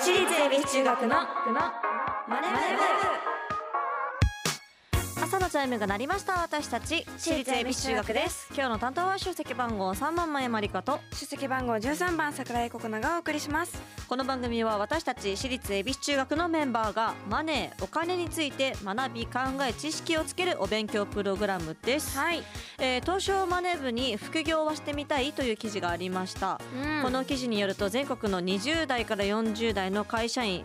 私立恵比寿中学のマネ朝のチャイムが鳴りました私たち私立恵比寿中学です今日の担当は出席番号3番前まりかと出席番号13番桜井ココナがお送りしますこの番組は私たち私立恵比寿中学のメンバーがマネーお金について学び考え知識をつけるお勉強プログラムです、はい、えー東証マネ部に副業はしてみたいという記事がありました、ここのの記事によると全国の20代から40代の会社員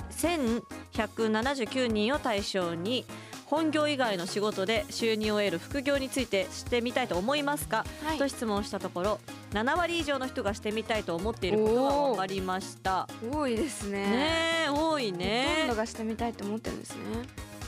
1179人を対象に本業以外の仕事で収入を得る副業についてしてみたいと思いますか、はいと質問したところ7割以上の人がしてみたいと思っていることが分かりました多いですねねえ多いほとんねどがしてみたいと思ってるんですね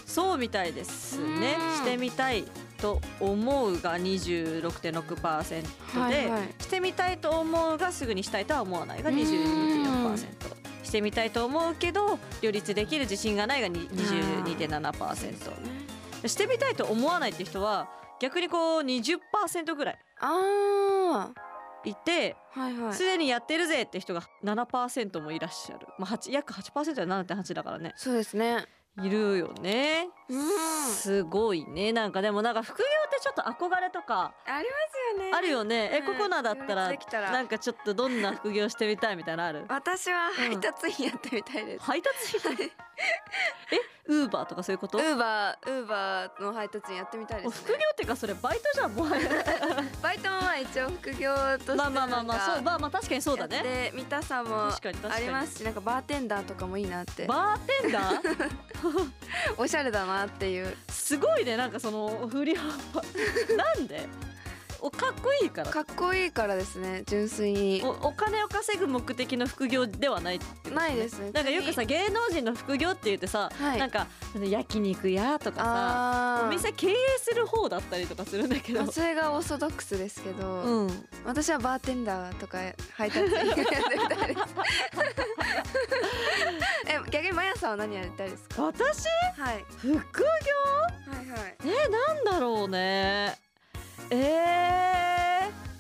そうみたいですねうんしてみたいと思うが26.6%で、はいはいしてみたいと思うがすぐにしたいとは思わないがうん22.4%してみたいと思うけど両立できる自信がないがにそう22.7%してみたいと思わないって人は逆にこう20%ぐらいあいてーはいはいすで、にやってるぜって人が7%もいらっしゃる、まあ、8約8%は7.8だからねそうですねいるよねうんすごいねなんかでもなんか副業ってちょっと憧れとかありますよねあるよねえうんココナだったら両立できたらなんかちょっとどんな副業してみたいみたいなのある私はうん配達員やってみたいです、配達員えウーバーとかそういうことウーバーウーバーの配達員やってみたいでおす副業ねっていうかそれバイトじゃんもはや バイトもまあ一応副業としてまあまあまあまあそうなんかまあまあ確かにそうだねやってみたさも確かに確かあにりますしなんかバーテンダーとかもいいなってバーテンダーおしゃれだなっていうすごいねなんかその振 り幅なんでおかっこいいからかっこいいからですね純粋におお金を稼ぐ目的の副業ではないってことねないですねなんかよくさ芸能人の副業って言ってさ、はいなんか焼肉屋とかさあーお店経営する方だったりとかするんだけどまあ、それがオーソドックスですけど、うん、私はバーテンダーとか配達員やってみたいです え逆にマヤさんは何やりたいですか私はい副業はいはいえなんだろうねえー、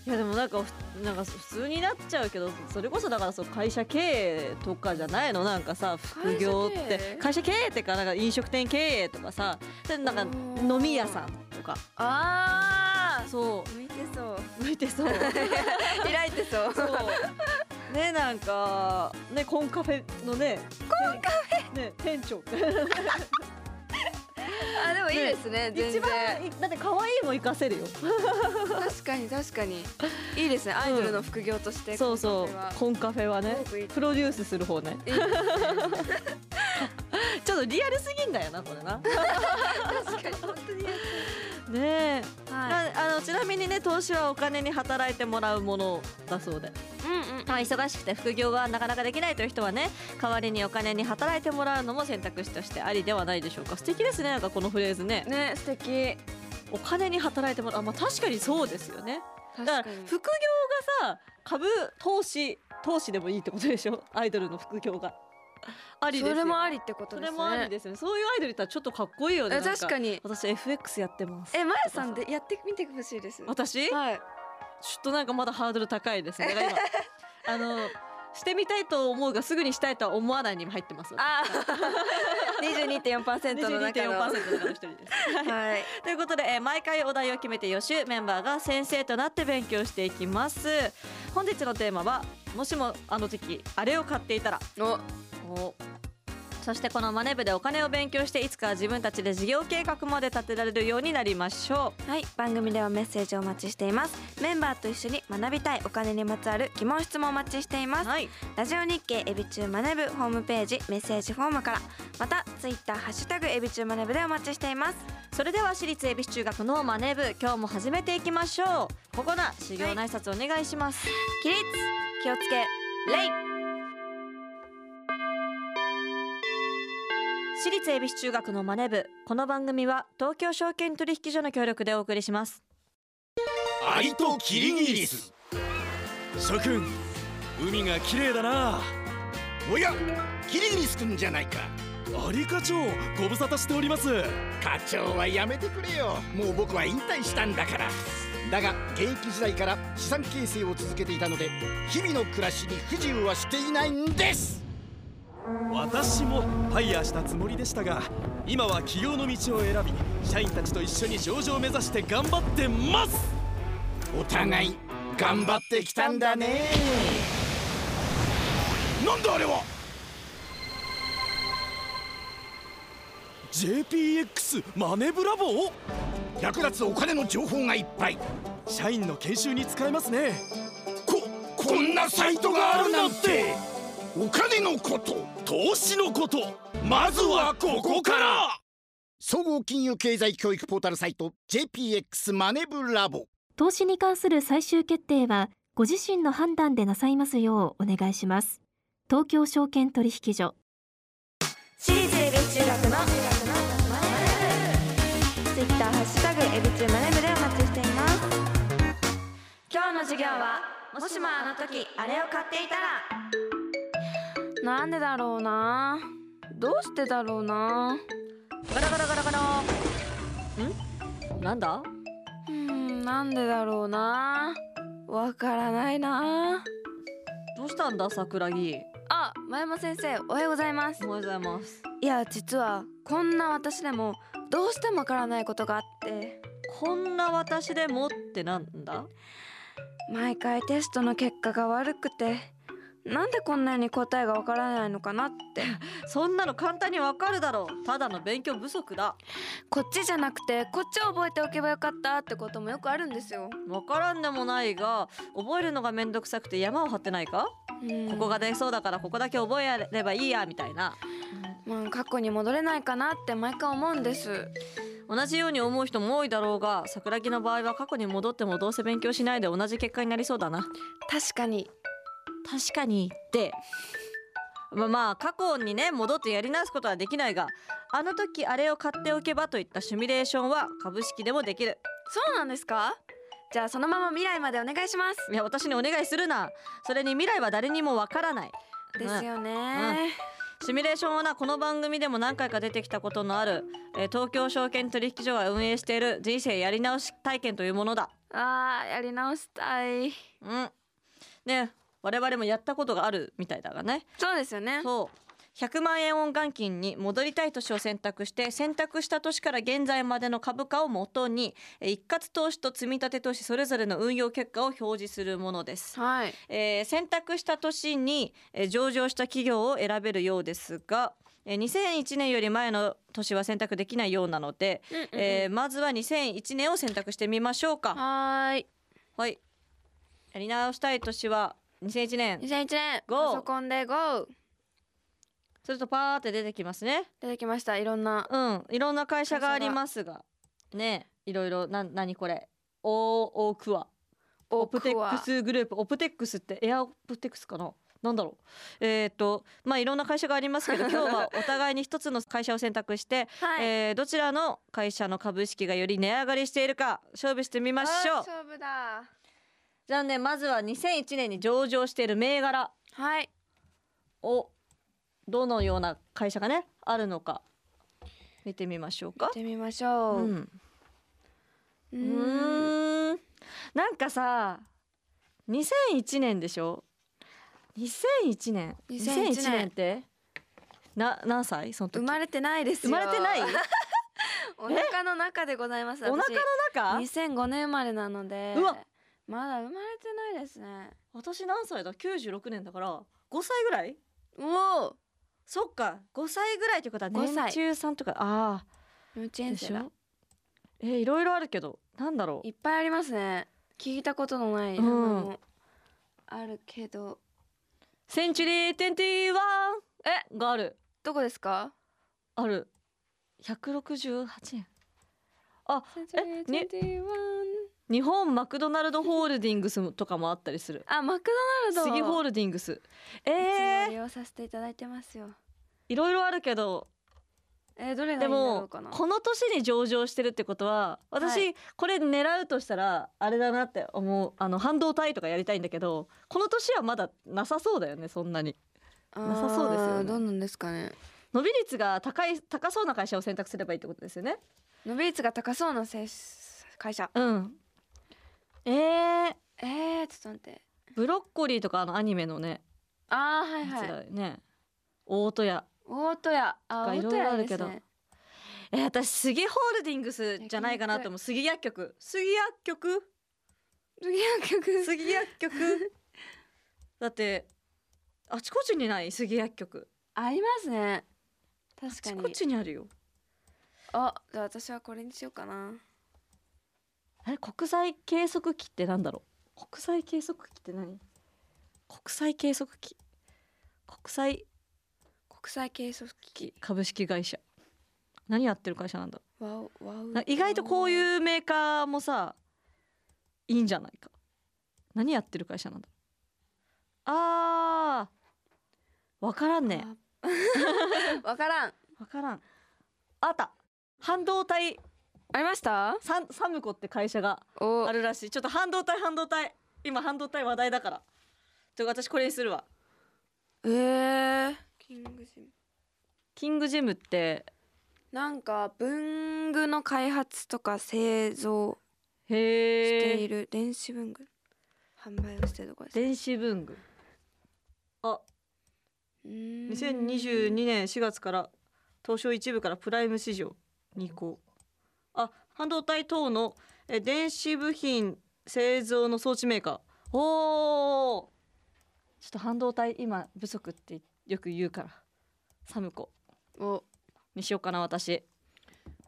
いやでもなんかふなんか普通になっちゃうけどそれこそだからそう会社経営とかじゃないのなんかさ副業って会社経営ってかなんか飲食店経営とかさでなんかおー飲み屋さんとかああそ向いてそうう向いてそう 開いてそうそうねなんかねコンカフェのねコンカフェね店長 あでもいいですね全一然番いだって可愛いも活かせるよ確かに確かにいいですねアイドルの副業としてそうそう コンカフェはねすごくいいプロデュースする方ねいいですね ちょっとリアルすぎんだよなこれな確かに本当にやって ねえ、るはいああのちなみにね投資はお金に働いてもらうものだそうで、うんうんまあ、忙しくて副業がなかなかできないという人はね代わりにお金に働いてもらうのも選択肢としてありではないでしょうか素敵ですねなんかこのフレーズねね素敵お金に働いてもらうあ、まあ、確かにそうですよねだから確かに副業がさ株投資投資でもいいってことでしょアイドルの副業がありですそよれもありってことそですねれもありですねそういうアイドルいたらちょっとかっこいいよねえなん確かに私 FX やってますえまやさんでやってみてほしいです私ちょっはいとなんかまだハードル高いです ねだから今あのしてみたいと思うがすぐにしたいとは思わないにも入ってますあ22.4%の中22.4%のの中の一人ですはいということで、えー毎回お題を決めて予習メンバーが先生となって勉強していきます本日のテーマはもしもあの時あれを買っていたらおそしてこのマネ部でお金を勉強していつかは自分たちで事業計画まで立てられるようになりましょはい番組ではメッセージをお待ちしていますメンバーと一緒に学びたいお金にまつわる疑問質問をお待ちしていうますはいラジオ日経エビチューマネブホームページメッセージフォームからまたツイッターハッシュタグエビチューマネブでお待ちしていますそれでは私立恵比寿中学のマネ部今日も始めていきましょうここな修行の挨拶お願いします、起立気をつけ礼私立恵比寿中学のマネ部この番組は東京証券取引所の協力でお送りしますアリとキリギリス諸君海が綺麗だなおやキリギリスくんじゃないかアリ課長ご無沙汰しております課長はやめてくれよもう僕は引退したんだからだが現役時代から資産形成を続けていたので日々の暮らしに不自由はしていないんです私もファイヤーしたつもりでしたが今は起業の道を選び社員たちと一緒に上場を目指して頑張ってますお互い頑張ってきたんだねなんだあれは JPX マネブラボー役立つお金の情報がいっぱい社員の研修に使えますねここんなサイトがあるなんてお金のこと投資のことまずはここから総合金融経済教育ポータルサイト JPX マネブラボ投資に関する最終決定はご自身の判断でなさいますようお願いします東京証券取引所私立恵比中学のツイッターハッシュタグエビ中マネブでお待ちしています今日の授業はもしもあの時あれを買っていたらなんでだろうなどうしてだろうなガラガラガラガラんなんだうんなんでだろうなわからないなどうしたんだ桜木あ、前山先生おはようございますおはようございますいや実はこんな私でもどうしてもわからないことがあってこんな私でもってなんだ毎回テストの結果が悪くてなんでこんなに答えがわからないのかなって そんなの簡単にわかるだろうただの勉強不足だこっちじゃなくてこっちを覚えておけばよかったってこともよくあるんですよ。わからんでもないが覚えるのがめんどくさくて山を張ってないか、うんここが出そうだからここだけ覚えればいいやみたいなまあ過去に戻れないかなって毎回思うんです。同じように思う人も多いだろうが桜木の場合は過去に戻ってもどうせ勉強しないで同じ結果になりそうだな確かに確かにってまあまあ過去にね戻ってやり直すことはできないがあの時あれを買っておけばといったシミュレーションは株式でもできるそうなんですかじゃあそのまま未来までお願いします。いや私にお願いするなそれに未来は誰にもわからないですよね、シミュレーションはなこの番組でも何回か出てきたことのある、えー東京証券取引所が運営している人生やり直し体験というものだあーやり直したい。うんね我々もやったことがあるみたいだがねそうですよね。そう100万円を元金に戻りたい年を選択して選択した年から現在までの株価をもとにえー一括投資と積立投資それぞれの運用結果を表示するものですはい。えー選択した年に、えー上場した企業を選べるようですが、えー2001年より前の年は選択できないようなので、うんうんうんえーまずは2001年を選択してみましょうか。はーい。はい。やり直したい年は2001年。 2001年ゴーパソコンで GO するとパーって出てきますね。出てきましたいろんなうん。いろんな会社がありますが、ね、いろいろな何これ。オーオークア。オプテックスグループオプテックスってエアオプテックスかななんだろうえっ、とまあいろんな会社があり ますけど今日はお互いに一つの会社を選択して、はい、えーどちらの会社の株式がより値上がりしているか勝負してみましょあーう勝負だじゃあねまずは2001年に上場している銘柄はいをどのような会社がねあるのか見てみましょう行かっ。てみましょうううんうーんーんなんかさ2001年でしょ2001年2001年ってな何歳その時生まれてないです生よまれて ないお腹の中でございますお腹の中2005年生まれなのでうわまだ生まれてないですね私何歳だ96年だから5歳ぐらいおおそっか5歳ぐらいということは5年歳中さんとかあ幼あ稚園でし生だょえーいろいろあるけどなんだろういっぱいありますね聞いたことのない名前もあるけど、センチュリー21えがあるどこですかある168円えね21日本マクドナルドホールディングスとかもあったりするあマクドナルド杉ホールディングスえいつも利ー、用させていただいてますよいろいろあるけどえーどれがでいいんだろうもかなこの年に上場してるってことは私、はこれ狙うとしたらあれだなって思うあの半導体とかやりたいんだけどこの年はまだなさそうだよねそんなになさそうですよねあーどうなんですかね伸び率が高い高そうな会社を選択すればいいってことですよね伸び率が高そうなせい会社うんえー、えー、ちょっと待ってブロッコリーとかあのアニメのねあーはいやつはいだよね大戸屋大戸屋あが大いろい戸ろ屋あるでけすどねえー私杉ホールディングスじゃないかなと思う杉薬局杉薬局次の曲杉薬 局だってあちこちにない杉薬局ありますねあ確かちにこちにあるよあじゃあ私はこれにしようかなあれ国際計測器ってなんだろう国際計測器って何国際計測器国際国際計測機株式会社何やってる会社なんだろわおわうおな意外とこうういうメーカーもさいいんじゃないか何やってる会社なんだろうあーわからんね わからんわからんあった半導体ありましたサンサムコって会社がおあるらしいちょっと半導体半導体今半導体話題だからちょ私これにするわえー、キングジムキングジムってなんか文具の開発とか製造してへいえる電子文具販売をしてるとこです電子文具うーん2022年4月から東証一部からプライム市場に移行あ半導体等のえ電子部品製造の装置メーカーおーちょっと半導体今不足ってよく言うからサムコおにしようかな私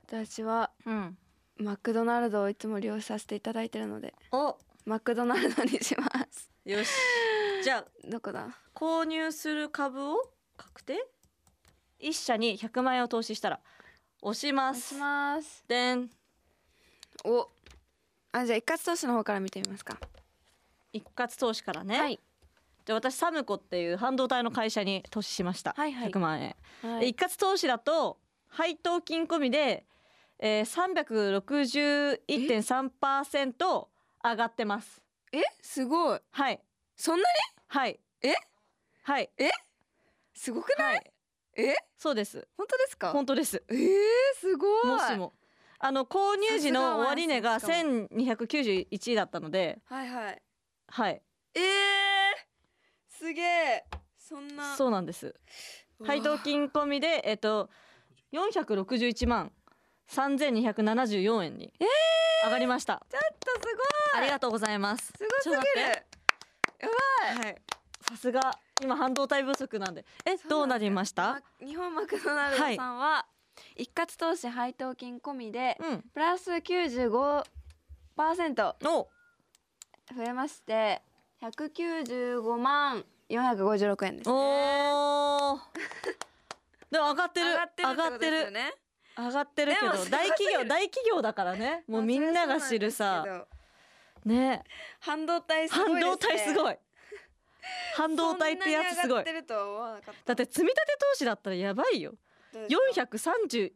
私はうんマクドナルドをいつも利用させていただいてるのでおマクドナルドにします よし じゃあどこだ購入する株を確定一社に100万円を投資したら押しま押しすますでんおあじゃあ一括投資の方から見てみますか一括投資からね、はいで私サムコっていう半導体の会社に投資しました、はいはい100万円、はで一括投資だと配当金込みで、えー、361.3%上がってますえすごいはいそんなにはいえはいすごくない、はいえそうです本当ですか本当ですえー、すごいもしもあの購入時の終値が1291だったのではいはいはいえー、すげえそんなそうなんです配当金込みでえっと461万3274円に上がりました、ちょっとすありがとうございますごいすごすぎるるはいさすが今半導体不足なんでえそうなんだどうなりましたま日本マクドナルドさんは、一括投資配当金込みでうんプラス95%増おえまして195万456円ですねおー でも上がってる上がってる上がってってことですよるね上がってるけどでもすごすぎる大企業大企業だからねもうみんなが知るまあさそれはそうなんねですけど半導体す半ごいですね導体すごい半導体ってやつすごいそんなに上がってるとは思わなかっだって積み立て投資だったらやばいよたです431%上がってる、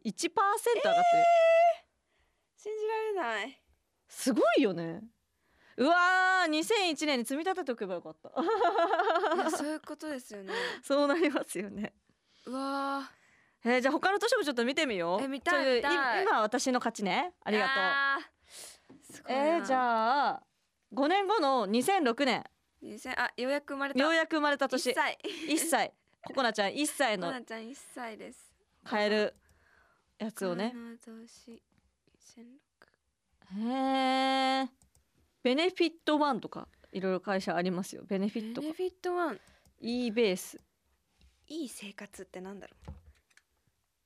信じ られないすごいよねうわー2001年に積み立てておけばよかった いやそういうことですよねそうなりますよねうわえーじゃあ他の年もちょっと見てみようえ見たいちょ見たい今は私の勝ちねあありがとうすとうごいえーじあゃあ5年後の2006年2000あようやく生まれたようやく生まれた年1歳1歳ココナちゃん1歳コのナちゃん1歳です買えるやつをねコナ年2006へえベネフィットワンとかいろいろ会社ありますよベネフィットベかネフィットワン e ベースいい生活ってなんだろ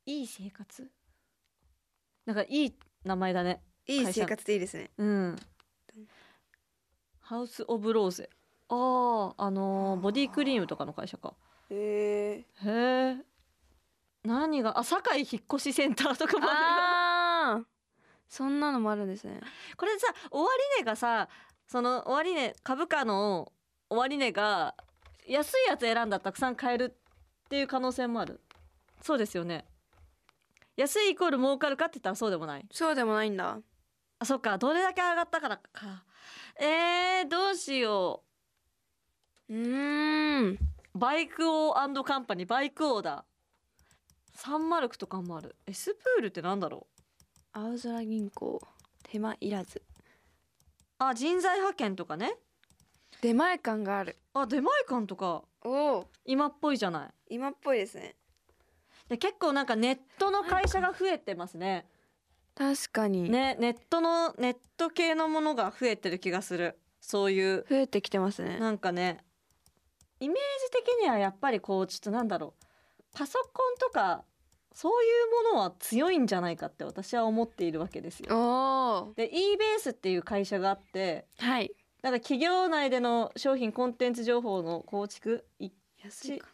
いい生活なんかいい名前だねういい会社生活っていいですねうんハウス・オブ・ローゼあああのーボディクリームとかの会社かへえへえ何があ堺引っ越しセンター とかもああーそんなのもあるんですねるよこれさ終値がさその終値株価の終値が安いやつ選んだらたくさん買えるっていう可能性もあるそうですよね安いイコール儲かるかって言ったらそうでもないそうでもないんだあそっかどれだけ上がったからかえー、どうしようーんうバイクオーカンパニーバイクオーダーサンマルクとかもあるエスプールってなんだろう青空銀行手間いらずあ人材派遣とかね出前感があるあ出前館とかおお今っぽいじゃない今っぽいですねで結構なんかネットの会社が増えてますね確かに、ねネットのネット系のものが増えてる気がするそういう増えてきてますねなんかねイメージ的にはやっぱりこうちょっとなんだろうパソコンとかそういうものは強いんじゃないかって私は思っているわけですよ。おおで eBase っていう会社があってはいなんか企業内での商品コンテンツ情報の構築い安いか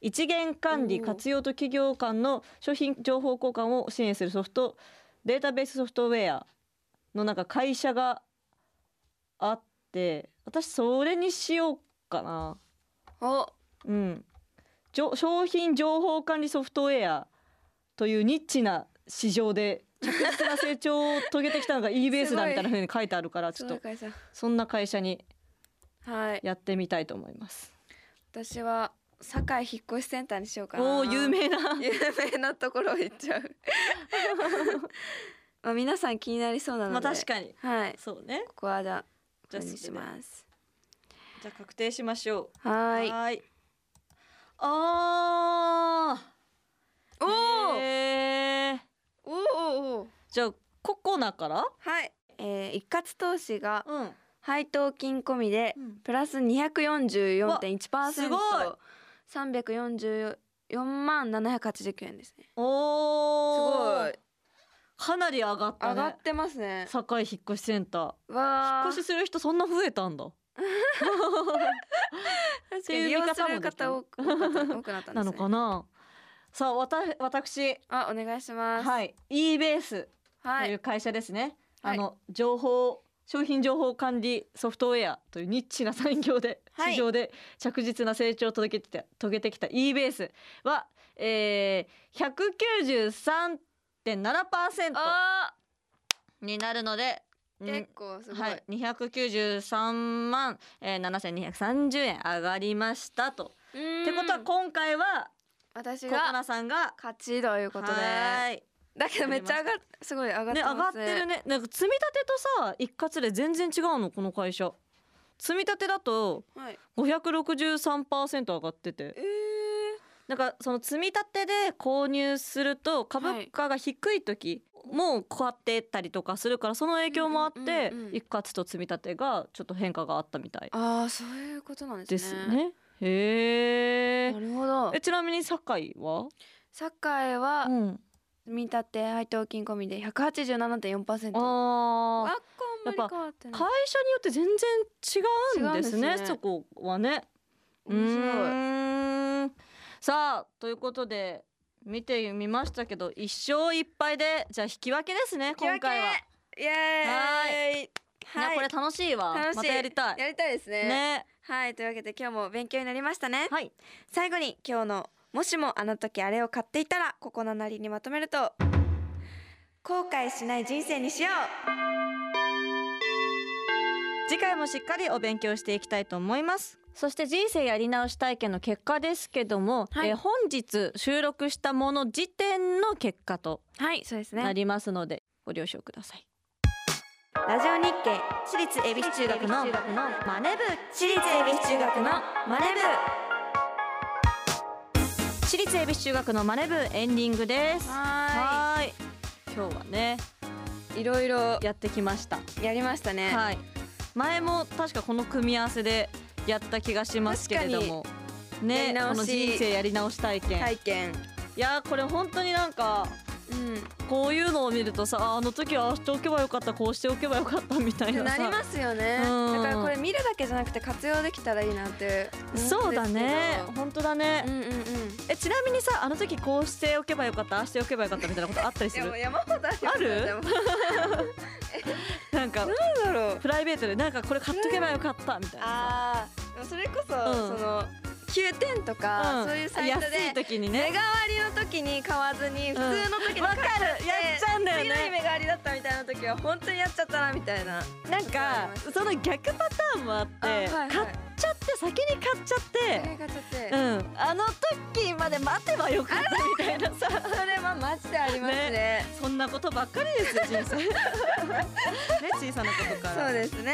一元管理おー活用と企業間の商品情報交換を支援するソフトデータベースソフトウェアのなんか会社があって私それにしようかな。おうん、じょ商品情報管理ソフトウェアというニッチな市場で着実な成長を遂げてきたのが eBase すごだいみたいな風に書いてあるからちそょっのと会社そんな会社にはいやってみたいと思います。私は堺引っ越しセンターにしようかなおおー有名な有名なところ行っちゃうまあ皆さん気になりそうなので まあ確かにはいそうねここはじゃあじゃじゃあにしますじゃあ確定しましょう。はーいーいあおーー、へーおーおーおーじゃあココナからはい、えー、一括投資がうん配当金込みでうんプラス244.1%すごい344万789円ですねおおすごいかなり上がった上ね。がってますね堺引っ越しセンター。引わあっ越しする人そんな増えたんだ。確てかいうに利見用方するもできた方多く多かった多くなったんでなすのねかな。さあ、わた、私、あお願いしますはい、はい、e ベースという会社ですね。はあいの、情報、商品情報管理ソフトウェアというニッチな産業で、はい市場で着実な成長を届けてきた、遂げてきた e ベースは、えー、193.7%あになるので、ー結構すごい、はい、293万、えー、7230円上がりましたと。うーんってことは今回は私ココがナさんが勝ちということではーいだけどめっちゃ上がっすごい上がってね上がまっすてるねなんか積み立てとさ一括で全然違うのこの会社積み立てだとはい563%上がってえてー、なんかその積み立てで購入すると株価が低い時も買ってったりとかするからその影響もあっうんうんてうんうん一括と積み立てがちょっと変化があったみたいああそういうことなんでですすねね。へなーるほどえちなみに堺は、堺はうん、積み立て配当金込みで187.4%あーああこんまり変わってな会い社によって全然違うんです違うねんですねそこはね。面白いうーんさあということで見てみましたけど一勝一敗でじゃあ引き分けですね今回は。イエーイいやこれ楽しいわ楽しいまたやりたい。やりたいですねねはいというわけで今日も勉強になりましたね、はい最後に今日のもしもあの時あれを買っていたらここのなりにまとめると後悔しない人生にしよう次回もしっかりお勉強していきたいと思いますそして人生やり直し体験の結果ですけども、はいえー本日収録したもの時点の結果とはいそうですなりますので、ご了承くださいラジオ日経私立恵比寿中学ののマネ部私立恵比寿中学のマネ私立恵比寿中学のマネ部エンディングです部ははーい今日はねいいろいろやってきましたやりましたね、はい前も確かこの組み合わせでやった気がしますけれどもやりね直しこの人生やり直し体験、い、体験やーこれ本当になんかうんこういうのを見るとさああの時はああしておけばよかったこうしておけばよかったみたいってななさりますよねうんだからこれ見るだけじゃなくて活用できたらいいなって思んですけどそうだね本当だね、うんうんうんえちなみにさあの時こうしておけばよかったああしておけばよかったみたいなことあったりすいやもうる山ほどありますよあるでもなんかなんだろうプライベートでなんかこれ買っとけばよかったみたいなあーでもそれこそ、うんその9点さとか、そういうサイトで安い時に目ね代わりの時に買わずに普通の時に買って、やっちゃうんだよ次の日ね目代わりだったみたいな時は本当にやっちゃったなみたいななんわかかりましたその逆パターンもあってあはいはい買っちゃって先に買っちゃって映画撮ってうん、あの時まで待てばよかったみたいなさ それはマジでありますねそんなことばっかりですよ人 生ね小さなことからそうですねね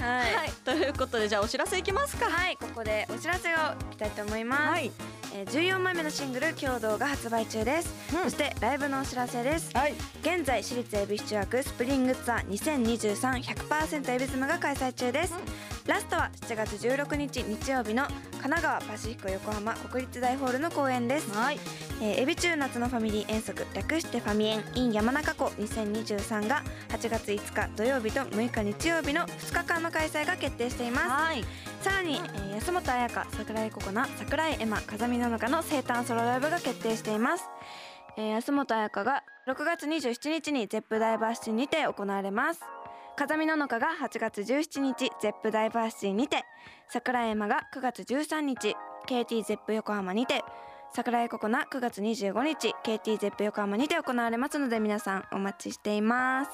は、はいい、ということでじゃあお知らせいきますかはい、ここでお知らせをいきたいと思います、いえー、14枚目のシングル「共同」が発売中です、うんそしてライブのお知らせですはい現在私立恵比寿中学スプリングツアー2023100%恵比寿ムが開催中です、うんラストは7月16日日曜日の神奈川パシフィコ横浜国立大ホールの公演です、はいえー、エビ中夏のファミリー遠足略してファミエン in 山中湖2023が8月5日土曜日と6日日曜日の2日間の開催が決定していますはいさらに、えー安本彩香桜井ココナ桜井エマ風見の中の生誕ソロライブが決定しています、えー安本彩香が6月27日にゼップダイバーシティにて行われます風見の中が8月17日ゼップダイバーシティにて桜井エマが9月13日 KT ゼップ横浜にて桜井ココナ9月25日 KT ゼップ横浜にて行われますので皆さんお待ちしています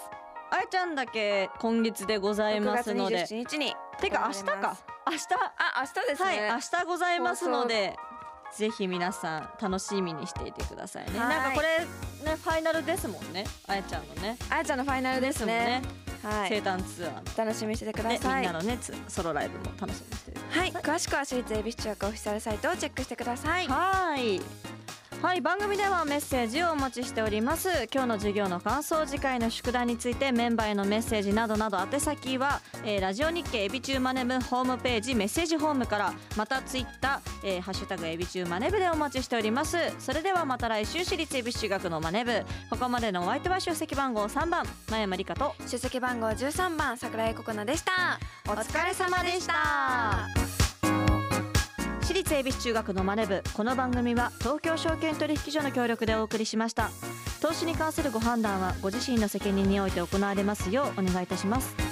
あやちゃんだけ今月でござい6ま月すので27日にてか明日行われまかす明日あ明日ですね、はい明日ございますのでぜひ皆さん楽しみにしていてくださいねはいなんかこれねファイナルですもんねあやちゃんのねあやちゃんのファイナルですね。は生い。誕ツアーお楽しみにしててくだでみさんい。なのはねつソロライブも楽しみにしてるい。詳しくは私立恵比寿中学オフィシャルサイトをチェックしてください。はい。はい番組ではメッセージをお待ちしております今日の授業の感想次回の宿題についてメンバーへのメッセージなどなど宛先は、えーラジオ日経エビチューマネブホームページメッセージフォームからまたツイッター、えーハッシュタグエビチューマネブでお待ちしておりますそれではまた来週私立エビ中学のマネブここまでのお相手は出席番号3番前山理香と出席番号13番桜井ココナでした。お疲れ様でした。私立恵比寿中学のマネ部この番組は東京証券取引所の協力でお送りしました投資に関するご判断はご自身の責任において行われますようお願いいたします